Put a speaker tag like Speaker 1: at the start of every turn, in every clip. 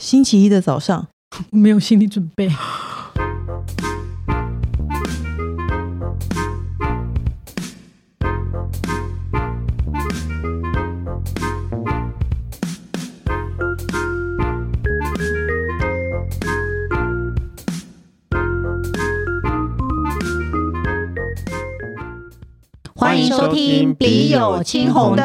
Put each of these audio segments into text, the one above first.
Speaker 1: 星期一的早上，
Speaker 2: 我没有心理准备。
Speaker 3: 欢迎收听《笔友青红灯》。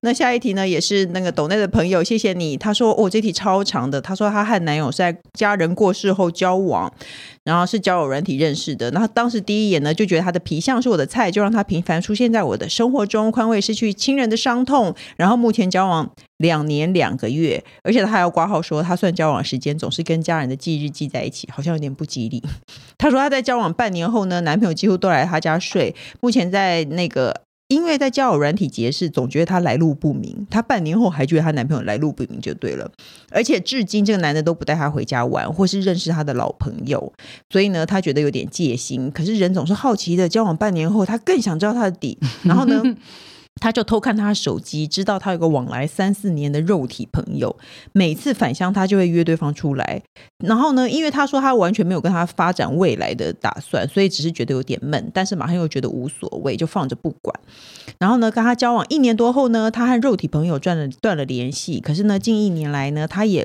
Speaker 1: 那下一题呢，也是那个抖内的朋友，谢谢你。他说：“哦，这题超长的。”他说他和男友是在家人过世后交往，然后是交友软体认识的。然后当时第一眼呢，就觉得他的皮相是我的菜，就让他频繁出现在我的生活中，宽慰失去亲人的伤痛。然后目前交往两年两个月，而且他还要挂号说，他算交往时间总是跟家人的忌日记在一起，好像有点不吉利。他说他在交往半年后呢，男朋友几乎都来他家睡，目前在那个因为在交友软体结识，总觉得她来路不明。她半年后还觉得她男朋友来路不明就对了，而且至今这个男的都不带她回家玩，或是认识她的老朋友，所以呢，她觉得有点戒心。可是人总是好奇的，交往半年后，她更想知道他的底，然后呢？她就偷看他的手机，知道他有个往来三四年的肉体朋友，每次返乡他就会约对方出来。然后呢，因为他说他完全没有跟他发展未来的打算，所以只是觉得有点闷，但是马上又觉得无所谓，就放着不管。然后呢，跟他交往一年多后呢，他和肉体朋友断了断了联系。可是呢，近一年来呢，他也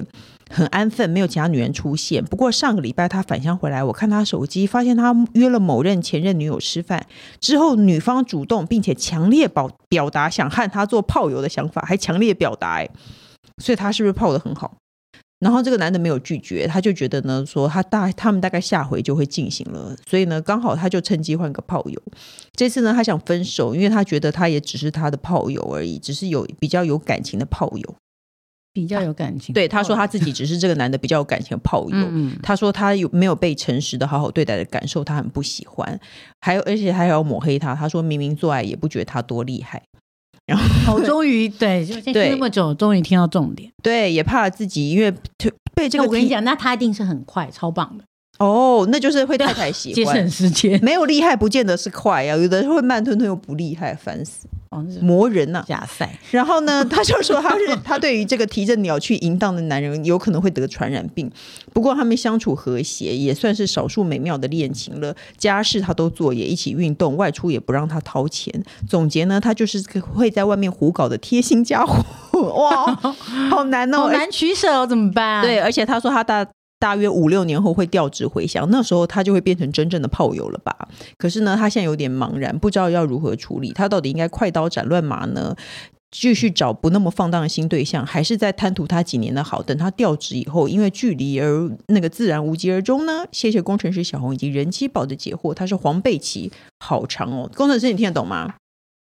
Speaker 1: 很安分，没有其他女人出现。不过上个礼拜他返乡回来，我看他手机，发现他约了某任前任女友吃饭。之后，女方主动并且强烈表表达想和他做炮友的想法，还强烈表达、欸，所以他是不是泡的很好？然后这个男的没有拒绝，他就觉得呢，说他大他们大概下回就会进行了，所以呢，刚好他就趁机换个炮友。这次呢，他想分手，因为他觉得他也只是他的炮友而已，只是有比较有感情的炮友。
Speaker 2: 比较有感情。
Speaker 1: 对，他说他自己只是这个男的比较有感情的炮友。
Speaker 2: 嗯，
Speaker 1: 他说他有没有被诚实的好好对待的感受，他很不喜欢，还有而且还要抹黑他。他说明明做爱也不觉得他多厉害，
Speaker 2: 我哦终于对，就先听
Speaker 1: 对
Speaker 2: 那么久，终于听到重点。
Speaker 1: 对，也怕自己因为被这
Speaker 2: 那
Speaker 1: 个
Speaker 2: 我跟
Speaker 1: 提
Speaker 2: 你讲，那他一定是很快，超棒的，
Speaker 1: 哦，那就是会太太喜
Speaker 2: 节省
Speaker 1: 欢。
Speaker 2: 时间。
Speaker 1: 没有厉害，不见得是快啊，有的人会慢吞吞又不厉害，烦死，
Speaker 2: 哦，那是
Speaker 1: 磨人啊呐、
Speaker 2: 假赛，
Speaker 1: 然后呢， 他就说他是他对于这个提着鸟去淫荡的男人有可能会得传染病。不过他们相处和谐，也算是少数美妙的恋情了。家事他都做，也一起运动，外出也不让他掏钱。总结呢，他就是个会在外面胡搞的贴心家伙。哇，好难哦，
Speaker 2: 好难取舍哦，怎么办？
Speaker 1: 对，，而且他说他大大约五六年后会调职回乡，那时候他就会变成真正的炮友了吧？可是呢，他现在有点茫然，不知道要如何处理。他到底应该快刀斩乱麻呢？继续找不那么放荡的新对象，还是在贪图他几年的好？等他调职以后，因为距离而那个自然无疾而终呢？谢谢工程师小红以及人妻宝的解惑，他是黄贝奇，好长哦。工程师，你听得懂吗？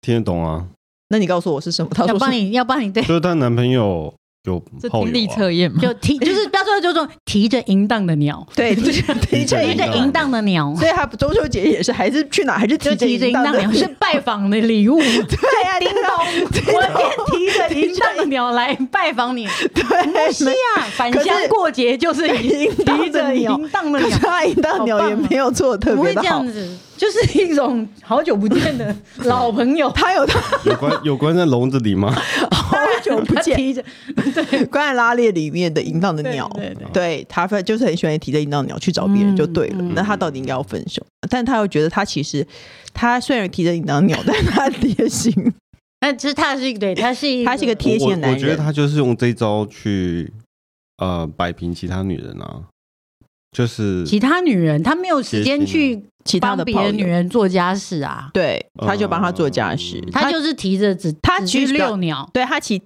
Speaker 3: 听得 懂啊？
Speaker 1: 那你告诉我是什么？他
Speaker 2: 要
Speaker 1: 说
Speaker 2: 帮
Speaker 1: 是
Speaker 2: 你要帮你对
Speaker 3: 就，是她男朋友有
Speaker 4: 这
Speaker 3: 炮
Speaker 4: 听力
Speaker 3: 友、
Speaker 4: 测
Speaker 3: 啊，
Speaker 4: 验嘛，
Speaker 2: 就提 就是不要说就是提着淫荡的 鸟，
Speaker 1: 对，提着
Speaker 2: 提
Speaker 1: 一
Speaker 2: 着
Speaker 1: 个
Speaker 3: 对
Speaker 2: 淫荡的鸟，
Speaker 1: 所以他中秋节也是还是去哪还是
Speaker 2: 就
Speaker 1: 提着
Speaker 2: 提着
Speaker 1: 一
Speaker 2: 淫荡的鸟是拜访的礼物。
Speaker 1: 对呀、啊，叮咚，
Speaker 2: 我也提着淫荡的鸟来拜访 你，
Speaker 1: 对，
Speaker 2: 是啊，返
Speaker 1: 可是
Speaker 2: 乡过节就是
Speaker 1: 淫荡的
Speaker 2: 提着
Speaker 1: 鸟
Speaker 2: 淫荡的
Speaker 1: 可
Speaker 2: 鸟
Speaker 1: 是。他引到鸟也没有做的特
Speaker 2: 啊不
Speaker 1: 别
Speaker 2: 会
Speaker 1: 的
Speaker 2: 这
Speaker 1: 好
Speaker 2: 样，子，就是一种好久不 见的老朋友，
Speaker 1: 他有他
Speaker 3: 有关有关在笼子 里吗？
Speaker 1: 好久不
Speaker 2: 他
Speaker 1: 见
Speaker 2: 提着
Speaker 1: 关在拉链里面的淫荡的鸟，
Speaker 2: 对对
Speaker 1: 对他非就是很喜欢提着淫荡的鸟去找别人就对了。
Speaker 2: 嗯嗯
Speaker 1: 那他到底应该要分手？但他又觉得他其实他虽然提着淫荡的鸟，但他贴心，
Speaker 2: 那其实他是一个，对，他是一
Speaker 1: 他是一个贴心的
Speaker 3: 我
Speaker 1: 男
Speaker 3: 我觉得
Speaker 1: 人。
Speaker 3: 他就是用这招去呃摆平其他女人啊，就是
Speaker 2: 其他女人，他没有时间去
Speaker 1: 其他
Speaker 2: 帮
Speaker 1: 的
Speaker 2: 别
Speaker 1: 炮友
Speaker 2: 的女，人做家事啊，
Speaker 1: 对，他就帮他做家事，
Speaker 3: 嗯
Speaker 2: 他就是提着只
Speaker 1: 他
Speaker 2: 只
Speaker 1: 其
Speaker 2: 去
Speaker 1: 实
Speaker 2: 遛鸟，
Speaker 1: 对他其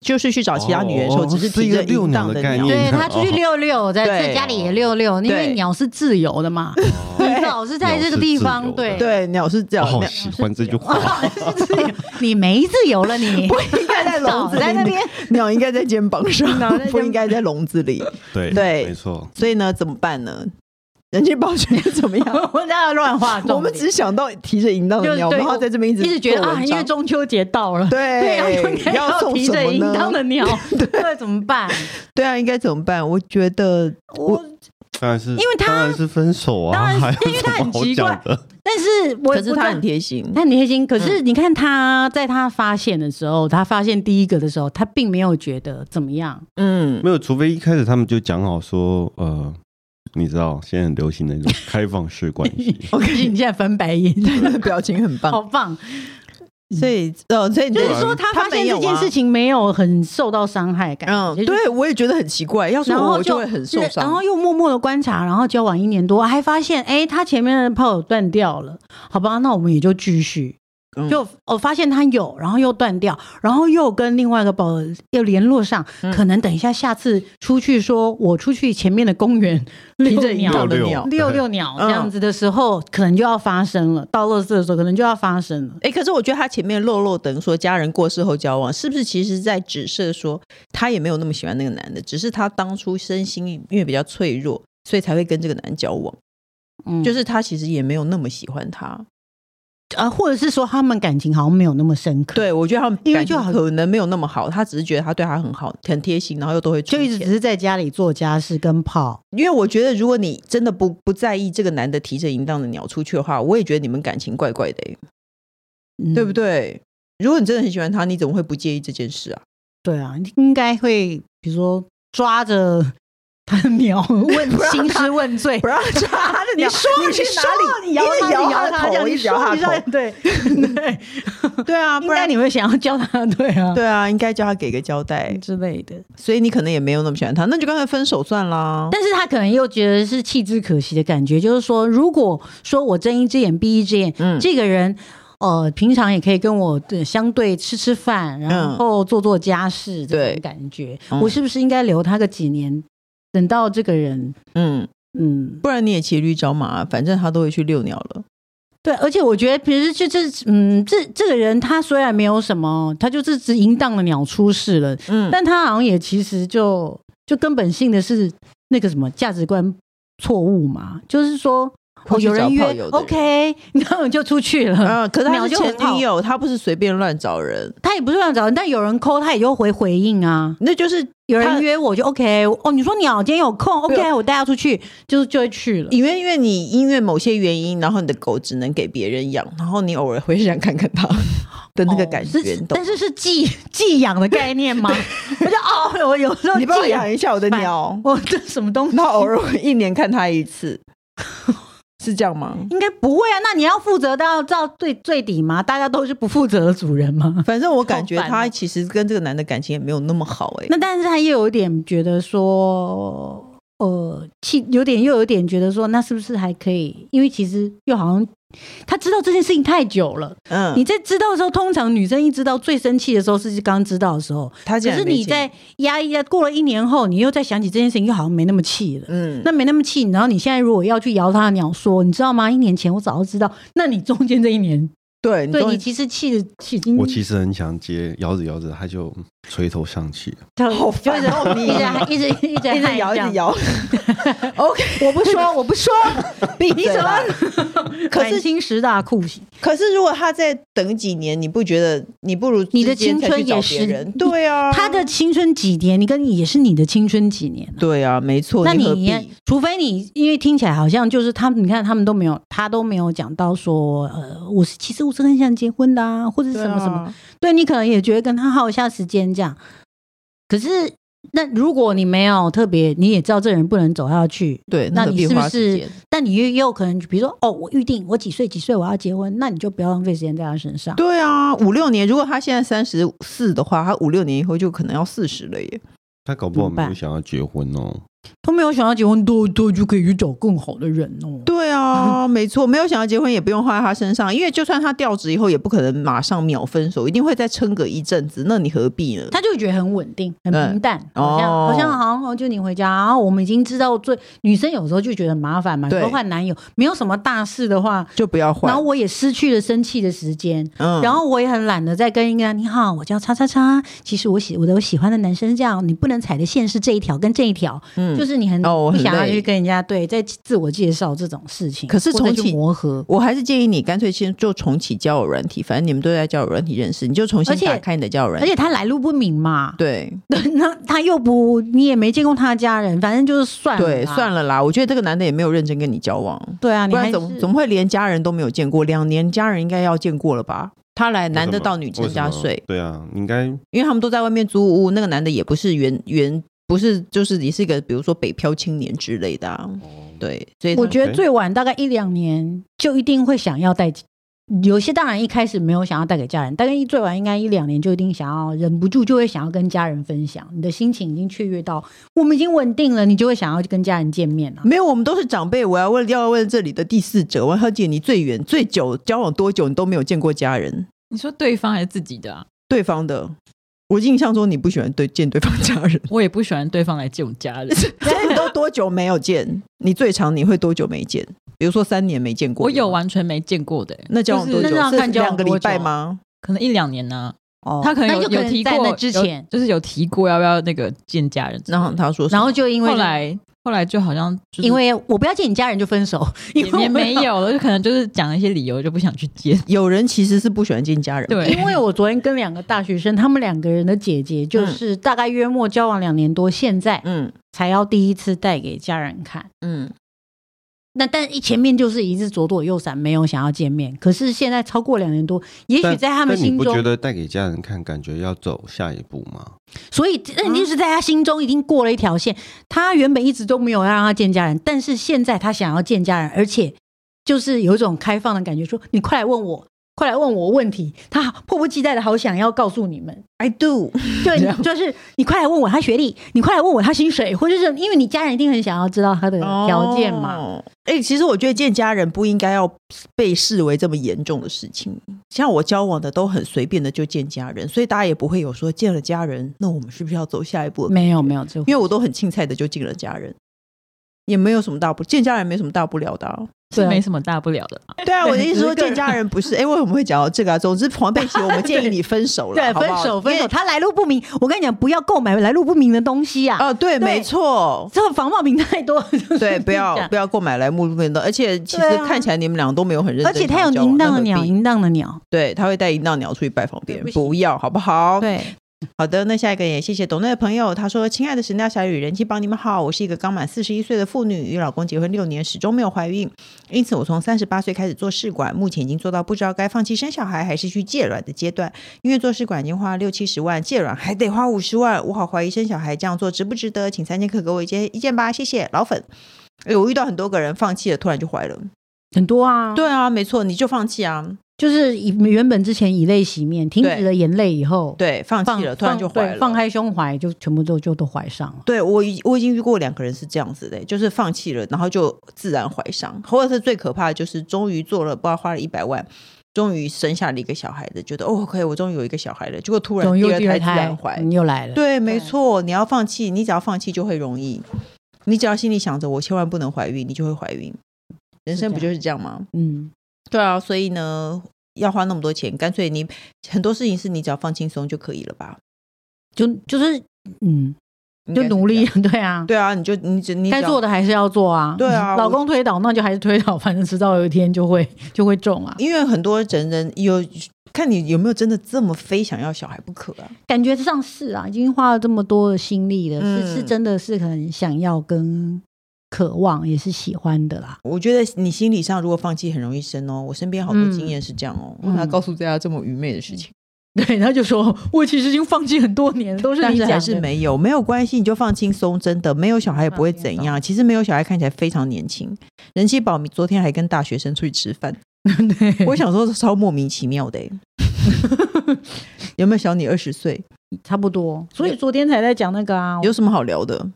Speaker 1: 就是去找其他女人的时候，
Speaker 3: 哦
Speaker 1: 只是提着淫荡的
Speaker 3: 是一个遛鸟的概
Speaker 1: 鸟，
Speaker 2: 对
Speaker 3: 念
Speaker 2: 他出去遛遛，在
Speaker 1: 对
Speaker 2: 在家里也遛遛，因为
Speaker 1: 哦对
Speaker 2: 鸟是自由的嘛，
Speaker 3: 哦
Speaker 2: 你老是在这个地
Speaker 3: 鸟
Speaker 2: 方，
Speaker 3: 是自 由
Speaker 2: 对
Speaker 3: 的
Speaker 1: 对哦鸟是这
Speaker 3: 我
Speaker 1: 样，
Speaker 3: 好
Speaker 1: 鸟
Speaker 3: 喜欢这 句话，
Speaker 2: 是自由，你没自由了你，
Speaker 1: 不应该在笼子
Speaker 2: 早
Speaker 1: 里
Speaker 2: 在那边，
Speaker 1: 鸟应该在肩膀 上
Speaker 2: 鸟在肩，膀
Speaker 1: 不应该在笼子里。
Speaker 3: 对
Speaker 1: 对
Speaker 3: 没错。
Speaker 1: 所以呢，怎么办呢？人气保全怎么样？
Speaker 2: 我在那乱画重点，
Speaker 1: 我们只想到提着淫荡的哦鸟，
Speaker 2: 就对
Speaker 1: 然后在这边一直
Speaker 2: 一直觉得
Speaker 1: 做
Speaker 2: 啊，
Speaker 1: 文
Speaker 2: 因
Speaker 1: 章
Speaker 2: 为中秋节到了， 对，啊
Speaker 1: 对
Speaker 2: 要
Speaker 1: 送
Speaker 2: 提
Speaker 1: 什
Speaker 2: 着
Speaker 1: 么
Speaker 2: 淫荡
Speaker 1: 呢
Speaker 2: 的？鸟，对，怎么办？
Speaker 1: 对啊，应该怎么办？我觉得我
Speaker 2: 我
Speaker 3: 当然是，因
Speaker 2: 为他
Speaker 3: 当然是分手啊，
Speaker 2: 当然是
Speaker 3: 还有
Speaker 2: 因为他
Speaker 3: 什么
Speaker 2: 很
Speaker 3: 好
Speaker 2: 奇怪
Speaker 3: 讲的？
Speaker 2: 但是我
Speaker 1: 可是
Speaker 2: 我
Speaker 1: 他
Speaker 2: 在哎
Speaker 1: 很贴心，嗯
Speaker 2: 他很贴心，可是你看他在他发现的时候，他发现第一个的时候，他并没有觉得怎么样。
Speaker 1: 嗯，
Speaker 3: 没有，除非一开始他们就讲好说，呃，你知道现在很流行的那种开放式关系，
Speaker 2: 我可是你现在翻白眼，
Speaker 1: 那个 表情很
Speaker 2: 好
Speaker 1: 棒。
Speaker 2: 棒！
Speaker 1: 所以，呃，所以你
Speaker 2: 就
Speaker 1: 的
Speaker 2: 是说，他发现
Speaker 1: 没有
Speaker 2: 这
Speaker 1: 啊
Speaker 2: 件事，情没有很受到伤害感，
Speaker 1: 嗯，
Speaker 2: 就是
Speaker 1: 对我也觉得很奇怪。要是
Speaker 2: 然
Speaker 1: 我，
Speaker 2: 后
Speaker 1: 我就会很受
Speaker 2: 然
Speaker 1: 伤
Speaker 2: 后。又默默的观察，然后交往一年多，还发现哎，他前面的炮友断掉了，好吧，那我们也就继续。
Speaker 1: 嗯
Speaker 2: 就我发现他有，然后又断掉，然后又跟另外一个炮友又联络上，
Speaker 1: 嗯
Speaker 2: 可能等一下下次出去说，我出去前面的公园
Speaker 1: 提
Speaker 2: 遛
Speaker 1: 着 一
Speaker 2: 鸟
Speaker 1: 道
Speaker 3: 遛
Speaker 1: 的
Speaker 3: 遛
Speaker 1: 鸟，
Speaker 2: 遛遛鸟
Speaker 1: 嗯
Speaker 2: 这样子的时候，可能就要发生了。到垃圾的时候，可能就要发生了。
Speaker 1: 哎、可是我觉得他前面落落等说家人过世后交往，是不是其实在指涉说他也没有那么喜欢那个男的，只是他当初身心因为比较脆弱，所以才会跟这个男交往。
Speaker 2: 嗯，
Speaker 1: 就是他其实也没有那么喜欢他。
Speaker 2: 啊，或者是说他们感情好像没有那么深刻，，
Speaker 1: 对，我觉得他们
Speaker 2: 因为
Speaker 1: 感情
Speaker 2: 就好
Speaker 1: 可能没有那么好，他只是觉得他对他很好，很贴心，然后又都会出
Speaker 2: 就一直
Speaker 1: 钱
Speaker 2: 只是在家里做家事跟泡。
Speaker 1: 因为我觉得，如果你真的不不在意这个男的提着淫荡的鸟出去的话，我也觉得你们感情怪怪的、欸，
Speaker 2: 嗯
Speaker 1: 对不对？如果你真的很喜欢他，你怎么会不介意这件事啊？
Speaker 2: 对啊，你应该会比如说抓着 他的 鸟问
Speaker 1: 不让
Speaker 2: 兴
Speaker 1: 他
Speaker 2: 师问罪，
Speaker 1: 不让他的
Speaker 2: 你
Speaker 1: 鸟，
Speaker 2: 说
Speaker 1: 你
Speaker 2: 去
Speaker 1: 去
Speaker 2: 哪
Speaker 1: 哪
Speaker 2: 里？
Speaker 1: 里？
Speaker 2: 你摇
Speaker 1: 一直
Speaker 2: 它
Speaker 1: 摇
Speaker 2: 你摇
Speaker 1: 他
Speaker 2: 它
Speaker 1: 头，
Speaker 2: 这样
Speaker 1: 一直摇他
Speaker 2: 你说
Speaker 1: 头
Speaker 2: 一下， 对对，
Speaker 1: 对啊，
Speaker 2: 应
Speaker 1: 不
Speaker 2: 该
Speaker 1: 然
Speaker 2: 你会想要教他，对啊，
Speaker 1: 对啊，应该叫他给个交代。
Speaker 2: 之类的。
Speaker 1: 所以你可能也没有那么喜欢他，那就干脆分手算啦。
Speaker 2: 但是他可能又觉得是弃之可惜的感觉，就是说，如果说我睁一只眼闭一只眼，
Speaker 1: 嗯
Speaker 2: 这个人。呃，平常也可以跟我对相对吃吃饭，然后做做家事，这
Speaker 1: 对
Speaker 2: 种感觉，
Speaker 1: 嗯
Speaker 2: 我是不是应该留他个几年，等到这个人，
Speaker 1: 嗯，
Speaker 2: 嗯，
Speaker 1: 不然你也骑驴找马、反正他都会去遛鸟了。
Speaker 2: 对，而且我觉得，平时就这，嗯，这这个人他虽然没有什么，他就是只淫荡的鸟出世了，
Speaker 1: 嗯，
Speaker 2: 但他好像也其实就就根本性的是那个什么价值观错误嘛，就是说，哦，
Speaker 1: 会去
Speaker 2: 有
Speaker 1: 找
Speaker 2: 人
Speaker 1: 炮
Speaker 2: 约
Speaker 1: 友的人
Speaker 2: ，OK，然 后你就出去了，
Speaker 1: 啊，可是他
Speaker 2: 鸟
Speaker 1: 是
Speaker 2: 就
Speaker 1: 前
Speaker 2: 很好
Speaker 1: 女友，他不是随便乱找人，
Speaker 2: 他也不是乱找人，但有人 call 他也就回回应啊，
Speaker 1: 那就是
Speaker 2: 有
Speaker 1: 他
Speaker 2: 人约我就 OK，哦，你说鸟今天有空
Speaker 1: 对
Speaker 2: ，OK，我带他出去，就就会去了。
Speaker 1: 因为因为你因为某些原因，然后你的狗只能给别人养，然后你偶尔会想看看它 的那个感觉，
Speaker 2: 哦是
Speaker 1: 你懂
Speaker 2: 但是是寄寄养的概念吗？ 我就哦，我有时候
Speaker 1: 你帮我
Speaker 2: 寄养
Speaker 1: 养一下我的鸟，
Speaker 2: 我这什么东 西
Speaker 1: 那偶尔我一年看它一 次，是这样吗？
Speaker 2: 应该不会啊？那你要负责到到最最底吗？大家都是不负责的主人吗？
Speaker 1: 反正我感觉
Speaker 2: 好烦哦
Speaker 1: 他其实跟这个男的感情也没有那么好哎、
Speaker 2: 那但是他又有一点觉得说，呃，气有点又有点觉得说，那是不是还可以？因为其实又好像他知道这件事情太久了。
Speaker 1: 嗯，
Speaker 2: 你在知道的时候，通常女生一知道最生气的时候是刚知道的时候，
Speaker 1: 他
Speaker 2: 可是你在压一压，过了一年后，你又再想起这件事情，又好像没那么气了。
Speaker 1: 嗯，
Speaker 2: 那没那么气，然后你现在如果要去摇他的鸟说，你知道吗？一年前我早就知道，那你中间这一年，
Speaker 1: 对你
Speaker 2: 对
Speaker 1: 终
Speaker 2: 你
Speaker 1: 于
Speaker 2: 其实气的气已经，
Speaker 3: 我其实很想接，摇着摇着他就垂头丧气了。
Speaker 2: 就
Speaker 1: 好烦哦
Speaker 2: 就是一直一啊直一直
Speaker 1: 一直摇一直，摇 ，OK，
Speaker 2: 我不说我不说，
Speaker 1: 闭
Speaker 2: 你
Speaker 1: 嘴
Speaker 2: 怎么
Speaker 1: 啦？ 可是
Speaker 2: 啊满清十大酷刑，
Speaker 1: 可是如果他再等几年，你不觉得你不如
Speaker 2: 你的
Speaker 1: 之间
Speaker 2: 青
Speaker 1: 再
Speaker 2: 春
Speaker 1: 去找
Speaker 2: 也
Speaker 1: 别
Speaker 2: 是
Speaker 1: 人 对啊，
Speaker 2: 他的青春几年，你跟你也是你的青春几年啊、
Speaker 1: 对啊，没错，
Speaker 2: 那
Speaker 1: 你何
Speaker 2: 你也
Speaker 1: 必
Speaker 2: 除非你，因为听起来好像就是他们，你看他们都没有，他都没有讲到说，呃，我是其实我是很想结婚的啊，或者是什么什么，
Speaker 1: 对啊
Speaker 2: 对你可能也觉得跟他耗一下时间这样。可是，那如果你没有特别，你也知道这人不能走下去，
Speaker 1: 对，
Speaker 2: 那
Speaker 1: 何
Speaker 2: 你
Speaker 1: 必
Speaker 2: 是不
Speaker 1: 花时
Speaker 2: 是
Speaker 1: 间
Speaker 2: 但你又又可能，比如说，哦，我预定我几岁几岁我要结婚，那你就不要浪费时间在他身上。
Speaker 1: 对啊，五六年，如果他现在三十四的话，他五六年以后就可能要四十了耶。
Speaker 3: 他搞不好
Speaker 2: 怎么办
Speaker 3: 没有想要结婚哦，
Speaker 2: 他没有想要结婚，都都就可以去找更好的人哦。
Speaker 1: 对 啊，没错，没有想要结婚也不用花在他身上，因为就算他调职以后，也不可能马上秒分手，一定会再撑个一阵子，那你何必呢？
Speaker 2: 他就觉得很稳定、很
Speaker 1: 对
Speaker 2: 平淡，好像、
Speaker 1: 哦
Speaker 2: 好像好像就你回家，然后我们已经知道最女生有时候就觉得很麻烦嘛，
Speaker 1: 对
Speaker 2: 说换男友没有什么大事的话，
Speaker 1: 就不要
Speaker 2: 然
Speaker 1: 换
Speaker 2: 后，我也失去了生气的时间，
Speaker 1: 嗯
Speaker 2: 然后我也很懒得再跟一个人你好，我叫叉叉叉，其实我喜我的我喜欢的男生是这样，你不能踩的线是这一条跟这一条，
Speaker 1: 嗯
Speaker 2: 就是就是你很
Speaker 1: 哦我
Speaker 2: 不
Speaker 1: 很
Speaker 2: 想要
Speaker 1: 累
Speaker 2: 去跟人家对在自我介绍这种事情，
Speaker 1: 可是
Speaker 2: 或者
Speaker 1: 重
Speaker 2: 去
Speaker 1: 启
Speaker 2: 磨合，
Speaker 1: 我还是建议你干脆先就重启交友软体，反正你们都在交友软体认识，你就重新
Speaker 2: 而且
Speaker 1: 打开你的交友软
Speaker 2: 而
Speaker 1: 体。
Speaker 2: 且他来路不明嘛，
Speaker 1: 对
Speaker 2: 对， 那他又不你也没见过他的家人，反正就是算了，
Speaker 1: 对，算
Speaker 2: 了，
Speaker 1: 了啦，我觉得这个男的也没有认真跟你交往，
Speaker 2: 对啊啊，你
Speaker 1: 不
Speaker 2: 还
Speaker 1: 然
Speaker 2: 是
Speaker 1: 怎么怎么会连家人都没有见过？两年家人应该要见过了吧？他来男的到女
Speaker 3: 为
Speaker 1: 生
Speaker 3: 什
Speaker 1: 家
Speaker 3: 么
Speaker 1: 睡，
Speaker 3: 对啊，应该
Speaker 1: 因为他们都在外面租屋，那个男的也不是原原不是就是也是一个比如说北漂青年之类的、啊，
Speaker 3: 哦
Speaker 1: 对，所以他
Speaker 2: 我觉得
Speaker 3: OK
Speaker 2: 最晚大概一两年就一定会想要带，有些当然一开始没有想要带给家人，但是最晚应该一两年就一定想要忍不住就会想要跟家人分享，你的心情已经雀跃到我们已经稳定了，你就会想要跟家人见面了、
Speaker 1: 没有，我们都是长辈。我要问，要问这里的第四者，王小姐，你最远最久交往多久？你都没有见过家人，
Speaker 4: 你说对方还是自己的啊？
Speaker 1: 对方的。我印象中你不喜欢对见对方家 人，
Speaker 4: 我也不喜欢对方来见我家人，
Speaker 1: 所以你都多久没有见？你最长你会多久没见？比如说三年没见过，
Speaker 4: 我有，完全没见过的欸、
Speaker 1: 那交往多
Speaker 4: 就
Speaker 1: 久？
Speaker 4: 是
Speaker 2: 那要
Speaker 1: 是
Speaker 2: 看交往
Speaker 1: 两个
Speaker 2: 多
Speaker 1: 礼
Speaker 2: 久
Speaker 4: 啊
Speaker 1: 拜吗？
Speaker 4: 可能一两年呢、
Speaker 2: 哦
Speaker 4: 他可能
Speaker 2: 那
Speaker 4: 有
Speaker 2: 就可
Speaker 4: 有
Speaker 2: 能
Speaker 4: 提
Speaker 2: 在
Speaker 4: 过
Speaker 2: 那之前，
Speaker 4: 就是有提过要不要那个见家人之类的，
Speaker 1: 然后他说什么，
Speaker 2: 然后就因为
Speaker 4: 后来后来就好像就是
Speaker 2: 因为我不要见你家人就分手，因
Speaker 4: 也
Speaker 2: 为
Speaker 4: 也
Speaker 2: 我
Speaker 4: 没有 了，就可能就是讲一些理由就不想去见。
Speaker 1: 有人其实是不喜欢见家人，，
Speaker 4: 对，
Speaker 2: 因为我昨天跟两个大学生，他们两个人的姐姐
Speaker 4: 嗯
Speaker 2: 就是大概约莫交往两年多，现在
Speaker 1: 嗯
Speaker 2: 才要第一次带给家人看。
Speaker 1: 嗯，
Speaker 2: 那但一前面就是一直左躲右闪，没有想要见面。可是现在超过两年多，也许
Speaker 3: 但
Speaker 2: 在他们
Speaker 3: 但你
Speaker 2: 心
Speaker 3: 不
Speaker 2: 中
Speaker 3: 觉，得带给家人看，感觉要走下一步吗？
Speaker 2: 所以那就是在他心中已经过了一条线。他原本一直都没有要让他见家人，但是现在他想要见家人，而且就是有一种开放的感觉，说你快来问我，快来问我问题。他迫不及待的好想要告诉你们。
Speaker 1: I do， 这
Speaker 2: 对，你
Speaker 1: 样
Speaker 2: 就是你快来问我他学历，你快来问我他薪水，或者是因为你家人一定很想要知道他的条件嘛。
Speaker 1: 哦。哎、其实我觉得见家人不应该要被视为这么严重的事情。像我交往的都很随便的就见家人，所以大家也不会有说见了家人，那我们是不是要走下一步？
Speaker 2: 没有没有，这
Speaker 1: 因为我都很轻菜的就见了家人，也没有什么大不见家人没什么大不了的、啊。
Speaker 4: 是
Speaker 2: 对啊
Speaker 4: 没什么大不了的啦。
Speaker 1: 对啊，我的意思说
Speaker 4: 对
Speaker 1: 见
Speaker 4: 只是个人
Speaker 1: 家人不 是哎、为什么会讲到这个啊？总之，黄贝琪，我们建议你分手了，
Speaker 2: 对
Speaker 1: 好不
Speaker 2: 分
Speaker 1: 好
Speaker 2: 手分。
Speaker 1: 因
Speaker 2: 手，
Speaker 1: 为
Speaker 2: 他来路不明。我跟你讲，不要购买来路不明的东西啊！
Speaker 1: 哦，对，
Speaker 2: 对
Speaker 1: 没错。
Speaker 2: 这个防冒品太多，就 是
Speaker 1: 对，不
Speaker 2: 这
Speaker 1: 要
Speaker 2: 样
Speaker 1: 不要购买来目录面的，而且其实
Speaker 2: 对啊
Speaker 1: 看起来你们俩都没有很认真，
Speaker 2: 而且他有淫荡的鸟，淫荡的鸟。
Speaker 1: 对，他会带淫荡鸟出去拜访别人，
Speaker 2: 对不行
Speaker 1: 不要好不好？
Speaker 2: 对，
Speaker 1: 好的，那下一个也谢谢懂内的朋友，他说：“亲爱的神雕侠侣人气帮你们好，我是一个刚满四十一岁的妇女，与老公结婚六年，始终没有怀孕，因此我从三十八岁开始做试管，目前已经做到不知道该放弃生小孩还是去借卵的阶段。因为做试管已经花了六七十万，借卵还得花五十万，我好怀疑生小孩这样做值不值得？请三剑客给我一些意见吧，谢谢老粉。”哎，我遇到很多个人放弃了，突然就怀了。
Speaker 2: 很多啊，，
Speaker 1: 对啊，没错，你就放弃啊，
Speaker 2: 就是以原本之前以泪洗面，停止了眼泪以后，
Speaker 1: 对，放
Speaker 2: 放
Speaker 1: 弃了，突然就怀
Speaker 2: 放
Speaker 1: 了，
Speaker 2: 对放开胸怀，就全部都就都怀上了。
Speaker 1: 对我已我已经遇过两个人是这样子的，就是放弃了，然后就自然怀上，或者是最可怕的就是终于做了，不知道花了一百万，终于生下了一个小孩的，觉得哦可以，我终于有一个小孩了，结果突然
Speaker 2: 总
Speaker 1: 第
Speaker 2: 又
Speaker 1: 二
Speaker 2: 第
Speaker 1: 胎
Speaker 2: 二
Speaker 1: 自然
Speaker 2: 胎
Speaker 1: 怀，
Speaker 2: 嗯又来了，
Speaker 1: 对，没错，你要放弃，你只要放弃就会容易，你只要心里想着我千万不能怀孕，你就会怀孕，人生不就是这样吗？
Speaker 2: 嗯，
Speaker 1: 对啊，所以呢，要花那么多钱，干脆你很多事情是你只要放轻松就可以了吧，
Speaker 2: 就就是嗯，
Speaker 1: 应
Speaker 2: 就
Speaker 1: 该是这
Speaker 2: 努力
Speaker 1: 样，，
Speaker 2: 对啊，
Speaker 1: 对啊，你就你只你
Speaker 2: 该
Speaker 1: 只要
Speaker 2: 做的还是要做啊。
Speaker 1: 对啊
Speaker 2: 老
Speaker 1: 我
Speaker 2: 公推倒，那就还是推倒，反正迟早有一天就会就会中啊。
Speaker 1: 因为很多人人有看你有没有真的这么非想要小孩不可啊？
Speaker 2: 感觉上是啊，已经花了这么多的心力了，是是
Speaker 1: 嗯
Speaker 2: 真的是很想要跟渴望，也是喜欢的啦。
Speaker 1: 我觉得你心理上如果放弃很容易生哦，我身边好多经验是这样哦。
Speaker 2: 嗯
Speaker 1: 他告诉大家这么愚昧的事情，
Speaker 2: 对，他就说我其实已经放弃很多年了，嗯都是
Speaker 1: 但
Speaker 2: 你
Speaker 1: 是
Speaker 2: 讲
Speaker 1: 还是
Speaker 2: 的
Speaker 1: 没有没有关系，你就放轻松，真的没有小孩也不会怎样。其实没有小孩看起来非常年轻，人气宝昨天还跟大学生出去吃 饭，
Speaker 2: 对，
Speaker 1: 我想说是超莫名其妙的欸。有没有小你二十岁？
Speaker 2: 差不多。所以昨天才在讲那个啊，
Speaker 1: 有什么好聊的？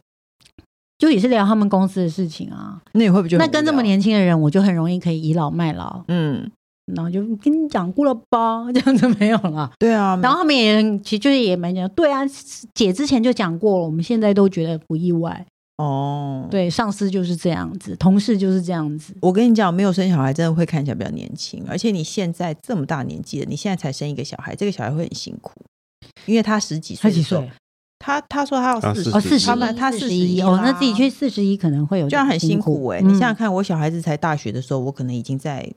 Speaker 2: 就也是聊他们公司的事情啊。
Speaker 1: 那你会不会觉得
Speaker 2: 那
Speaker 1: 很
Speaker 2: 跟
Speaker 1: 无
Speaker 2: 这么
Speaker 1: 聊？
Speaker 2: 年轻的人，我就很容易可以倚老卖老，
Speaker 1: 嗯，
Speaker 2: 然后就跟你讲过了吧， 这样子没有了。
Speaker 1: 对啊，
Speaker 2: 然后他们也很其实就是也蛮讲，对啊，姐之前就讲过了，我们现在都觉得不意外。
Speaker 1: 哦，
Speaker 2: 对，上司就是这样子，同事就是这样子，
Speaker 1: 我跟你讲，没有生小孩真的会看起来比较年轻，而且你现在这么大年纪了，你现在才生一个小孩，这个小孩会很辛苦，因为他十几岁，，他他说他
Speaker 3: 啊
Speaker 1: 要四十、
Speaker 2: 哦，
Speaker 3: 41
Speaker 2: 四
Speaker 1: 他
Speaker 2: 十
Speaker 1: 们他
Speaker 2: 四
Speaker 1: 41
Speaker 2: 一
Speaker 1: 啦
Speaker 2: 哦，那自己去四十一可能会有
Speaker 1: 这样很辛
Speaker 2: 辛
Speaker 1: 苦哎、
Speaker 2: 嗯
Speaker 1: 你想想看，我小孩子才大学的时候，我可能已经在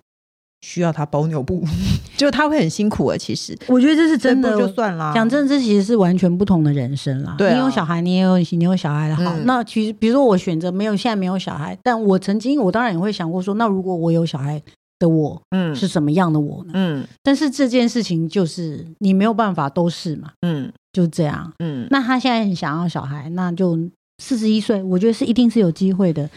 Speaker 1: 需要他包尿布， 就他会很辛苦哎、其实
Speaker 2: 我觉得这是真
Speaker 1: 所
Speaker 2: 的
Speaker 1: 以不。就算啦。
Speaker 2: 讲真的，这其实是完全不同的人生啦。
Speaker 1: 对啊
Speaker 2: 你有小孩，你也有你有小孩的好。
Speaker 1: 嗯
Speaker 2: 那其实，比如说我选择没有，现在没有小孩，但我曾经我当然也会想过说，那如果我有小孩的我
Speaker 1: 嗯
Speaker 2: 是什么样的我呢？
Speaker 1: 嗯
Speaker 2: 但是这件事情就是你没有办法都是嘛，
Speaker 1: 嗯
Speaker 2: 就这样。
Speaker 1: 嗯，
Speaker 2: 那他现在很想要小孩，那就四十一岁，我觉得是一定是有机会的，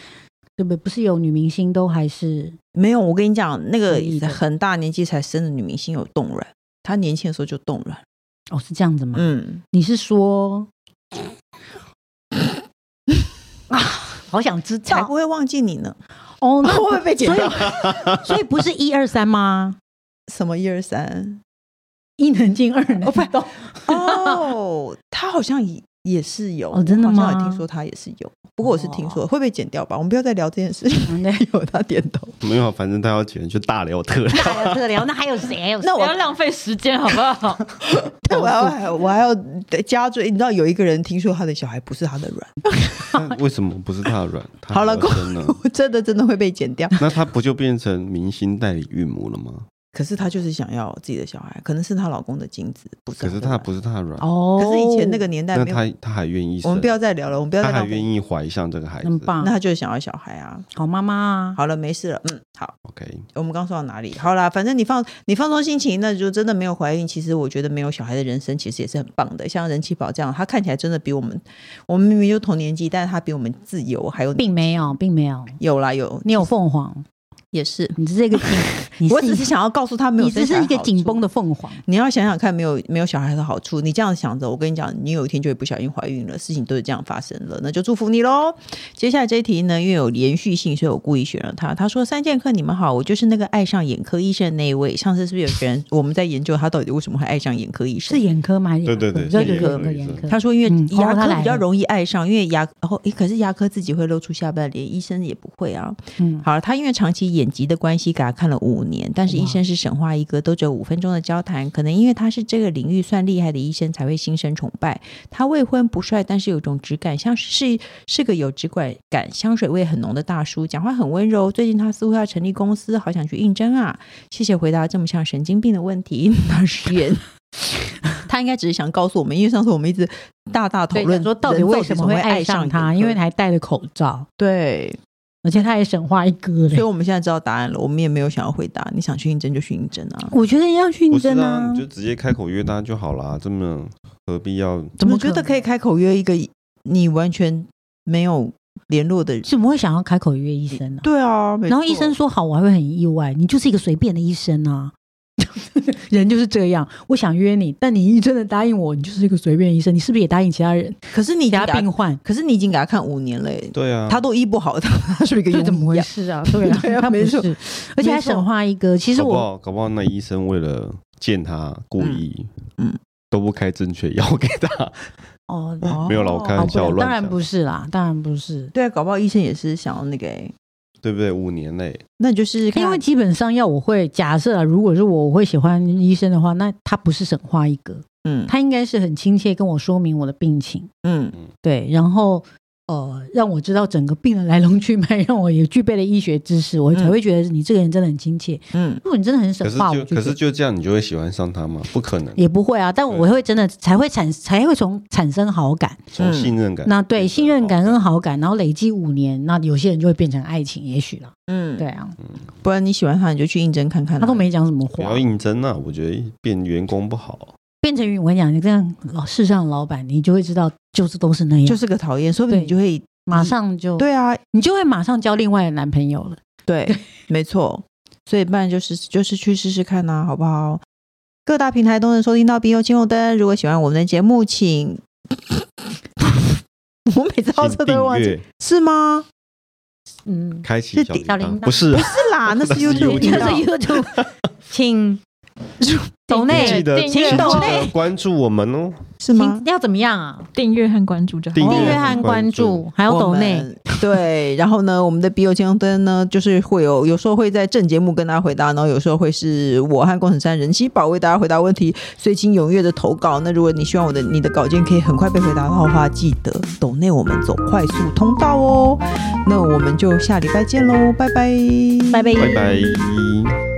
Speaker 2: 对不对？不是有女明星都还是
Speaker 1: 没有，我跟你讲，那个
Speaker 2: 同意的
Speaker 1: 很大年纪才生的女明星有冻卵，她年轻的时候就冻卵。
Speaker 2: 哦是这样子吗？
Speaker 1: 嗯，
Speaker 2: 你是说 啊？好想知
Speaker 1: 才
Speaker 2: 道
Speaker 1: 不会忘记你呢。
Speaker 2: 哦，那
Speaker 1: 会不会被剪
Speaker 2: 所以所以不是一二三吗？
Speaker 1: 什么一二三？
Speaker 2: 一能进二能
Speaker 1: 不
Speaker 2: 动，
Speaker 1: 哦，她好像也也是有，
Speaker 2: 哦真的
Speaker 1: 我好像
Speaker 2: 吗
Speaker 1: 有听说她也是有，不过我是听说，会不会剪掉吧？我们不要再聊这件事情。
Speaker 2: 嗯对
Speaker 1: 有她点头。
Speaker 3: 没有，反正他要剪就大聊特 聊。
Speaker 2: 还有特聊，那还有谁？还有谁
Speaker 1: 那
Speaker 4: 不
Speaker 1: 我
Speaker 4: 要浪费时间好不好？
Speaker 1: 对， 我还要我还要加追，你知道有一个人听说他的小孩不是他的卵，
Speaker 3: 那为什么不是他的卵？他
Speaker 1: 好了够
Speaker 3: 真呢？
Speaker 1: 我真的真的会被剪掉。
Speaker 3: 那他不就变成明星代理孕母了吗？
Speaker 1: 可是她就是想要自己的小孩，可能是她老公的精子，不是
Speaker 3: 可
Speaker 1: 的
Speaker 3: 是
Speaker 1: 卵
Speaker 3: 他不是他的卵，
Speaker 2: 哦，
Speaker 1: 可是以前那个年代
Speaker 3: 那
Speaker 1: 没有，
Speaker 3: 他他还愿意
Speaker 1: 我
Speaker 3: 生
Speaker 1: 们不？要再聊了，我们不要再
Speaker 3: 他还
Speaker 1: 浪费
Speaker 3: 愿意怀上这个孩
Speaker 2: 哦很
Speaker 3: 子
Speaker 2: 棒
Speaker 1: 那，他就是想要小孩啊。
Speaker 2: 好妈妈啊，
Speaker 1: 好了，没事了，嗯，好，
Speaker 3: ？OK，
Speaker 1: 我们刚说到哪里？好啦，反正你放你放松心情，那就真的没有怀孕。其实我觉得没有小孩的人生其实也是很棒的，像任七宝这样，他看起来真的比我们，我们明明就同年纪，但是他比我们自由，还有
Speaker 2: 并没有，并没有。
Speaker 1: 有啦有，
Speaker 2: 你有凤凰，
Speaker 1: 也是。
Speaker 2: 你是这个紧，你
Speaker 1: 我只是
Speaker 2: 一
Speaker 1: 想要告诉他没有
Speaker 2: 你
Speaker 1: 生
Speaker 2: 只
Speaker 1: 小孩
Speaker 2: 是一个
Speaker 1: 好
Speaker 2: 紧
Speaker 1: 处
Speaker 2: 绷的凤凰。
Speaker 1: 你要想想看，没有没有小孩的好处。你这样想着，我跟你讲，你有一天就会不小心怀孕了，事情都是这样发生了，那就祝福你喽。接下来这一题呢，因为有连续性，所以我故意选了他。他说：“三剑客，你们好，我就是那个爱上眼科医生的那一位。上次是不是有个人 我们在研究他到底为什么会爱上眼科医
Speaker 2: 是
Speaker 1: 生？
Speaker 2: 眼科吗？还是
Speaker 3: 对
Speaker 2: 眼科
Speaker 3: 对对
Speaker 2: 你知道
Speaker 1: 是
Speaker 2: 有
Speaker 1: 眼科
Speaker 2: 有个
Speaker 3: 医
Speaker 2: 眼
Speaker 3: 生
Speaker 2: 科，
Speaker 1: 他说，因为
Speaker 2: 嗯
Speaker 1: 牙
Speaker 2: 哦他
Speaker 1: 科
Speaker 2: 来
Speaker 1: 比较
Speaker 2: 了
Speaker 1: 容易爱上，因为牙然后诶，可是牙科自己会露出下半脸，医生也不会啊。
Speaker 2: 嗯，
Speaker 1: 好，他因为长期眼疾的关系，给他看了五年，但是医
Speaker 2: 哇
Speaker 1: 生是神话一哥，都只有五分钟的交谈。可能因为他是这个领域算厉害的医生，才会心生崇拜。他未婚不帅，但是有一种质感，像是是个有质感感、香水味很浓的大叔，讲话很温柔。最近他似乎要成立公司，好想去应征啊！谢谢回答这么像神经病的问 题，那是远。他应该只是想告诉我们，因为上次我们一直大大讨
Speaker 2: 对，
Speaker 1: 论
Speaker 2: 想说到底
Speaker 1: 人
Speaker 2: 为
Speaker 1: 到
Speaker 2: 什么会爱上
Speaker 1: 上
Speaker 2: 他？
Speaker 1: 眼
Speaker 2: 因为
Speaker 1: 科
Speaker 2: 还戴着口罩，
Speaker 1: 对，
Speaker 2: 而且他也神话一哥
Speaker 1: 所以
Speaker 2: 嘞。
Speaker 1: 我们现在知道答案了，我们也没有想要回答。你想去应征就去应征啊，
Speaker 2: 我觉得要去应
Speaker 3: 不是
Speaker 2: 征
Speaker 3: 啊，你就直接开口约他就好啦，这么何必要？
Speaker 2: 怎么
Speaker 1: 我觉得可以？开口约一个你完全没有联络的人？
Speaker 2: 怎么会想要开口约医生呢？
Speaker 1: 对啊，没
Speaker 2: 然后医
Speaker 1: 错
Speaker 2: 生说好，我还会很意外，你就是一个随便的医生啊。 人就是这样，我想约你，但你真的答应我，你就是一个随便医生，你是不是也答应其他人、
Speaker 1: 可是你已
Speaker 2: 其
Speaker 1: 经
Speaker 2: 他
Speaker 1: 给他
Speaker 2: 病，患？
Speaker 1: 可是你已经给他看五年了耶，欸
Speaker 3: 对啊，
Speaker 1: 他都医不好， 他他是不是一个
Speaker 2: 这
Speaker 1: 庸
Speaker 2: 怎么
Speaker 1: 医
Speaker 2: 回
Speaker 1: 啊
Speaker 2: 事啊？对啊，
Speaker 1: 对啊
Speaker 2: 他不
Speaker 1: 没错
Speaker 2: 是，而且还
Speaker 1: 没错
Speaker 2: 神话一哥。其实
Speaker 3: 搞不
Speaker 2: 我
Speaker 3: 好搞不好那医生为了见他故意
Speaker 1: 嗯嗯
Speaker 3: 都不开正确药给他，
Speaker 2: 哦，
Speaker 1: 哦
Speaker 3: 没有啦，我开
Speaker 2: 哦
Speaker 3: 玩笑，我
Speaker 2: 不
Speaker 3: 乱
Speaker 2: 当然
Speaker 3: 讲
Speaker 2: 不是啦，当然不是。
Speaker 1: 对啊，搞不好医生也是想要那个耶，
Speaker 3: 对不对？五年内
Speaker 1: 那你就是看
Speaker 2: 因为基本上要我会假设啊，如果是我我会喜欢医生的话，那他不是神话一哥，
Speaker 1: 嗯
Speaker 2: 他应该是很亲切跟我说明我的病情，
Speaker 1: 嗯
Speaker 2: 对，然后呃让我知道整个病的来龙去脉，让我也具备了医学知识，我才
Speaker 1: 嗯
Speaker 2: 会觉得你这个人真的很亲切。
Speaker 1: 嗯
Speaker 2: 如果你真的很
Speaker 3: 可
Speaker 2: 神
Speaker 3: 是
Speaker 2: 话，我
Speaker 3: 就
Speaker 2: 觉
Speaker 3: 可是
Speaker 2: 得
Speaker 3: 就这样，你就会喜欢上他吗？不可能，
Speaker 2: 也不会啊，但我
Speaker 3: 对
Speaker 2: 会真的才会产才会从产生好感，
Speaker 3: 从信任感，
Speaker 2: 那对信任感
Speaker 3: 哦
Speaker 2: 跟好感，然后累积五年，那有些人就会变成爱情，也许啦，
Speaker 1: 嗯，
Speaker 2: 对，啊，
Speaker 1: 不然你喜欢他你就去应征看看啊，
Speaker 2: 他都没讲什么话，
Speaker 3: 不要应征啊！我觉得变员工不好，
Speaker 2: 变成我跟你讲，你这样老世上的老板，你就会知道，就是都是那样，
Speaker 1: 就是个讨厌，说不定你
Speaker 2: 对哦
Speaker 1: 就会
Speaker 2: 马上就，
Speaker 1: 对啊，
Speaker 2: 你就会马上交另外的男朋友了。
Speaker 1: 对，没错。所以，不然就是就是去试试看呐、好不好？各大平台都能收听到《冰幽青红灯》。如果喜欢我们的节目， 请我每次
Speaker 2: 哦
Speaker 1: 到
Speaker 3: 请
Speaker 1: 这都会
Speaker 3: 订
Speaker 1: 忘记，
Speaker 3: 阅，
Speaker 1: 是吗？
Speaker 2: 嗯，
Speaker 3: 开启
Speaker 1: 是
Speaker 3: 小铃
Speaker 2: 小铃铛
Speaker 3: 不是
Speaker 1: 不是啦，那是
Speaker 3: 那是啊
Speaker 1: YouTube
Speaker 3: 我
Speaker 1: 频
Speaker 2: 就
Speaker 3: 知
Speaker 2: 是
Speaker 3: 道
Speaker 1: 道。
Speaker 2: YouTube，请 抖
Speaker 3: 记
Speaker 2: 内
Speaker 3: 得
Speaker 4: 订
Speaker 3: 记
Speaker 4: 阅
Speaker 3: 得关注我们哦，
Speaker 1: 是吗？
Speaker 2: 要怎么样啊？
Speaker 4: 订阅和关注就好。
Speaker 3: 订
Speaker 2: 订
Speaker 3: 阅
Speaker 2: 阅和关注，还有
Speaker 1: 我
Speaker 2: 抖内，
Speaker 1: 们对，然后呢，我们的笔友青灯呢，就是会有有时候会在正节目跟大家回答，然后有时候会是我和工程山人气宝为大家回答问题，所以请踊跃的投稿。那如果你希望我的你的稿件可以很快被回答到的话，记得抖内我们走快速通道哦。那我们就下礼拜见喽，拜拜，
Speaker 2: 拜拜。
Speaker 3: 拜拜。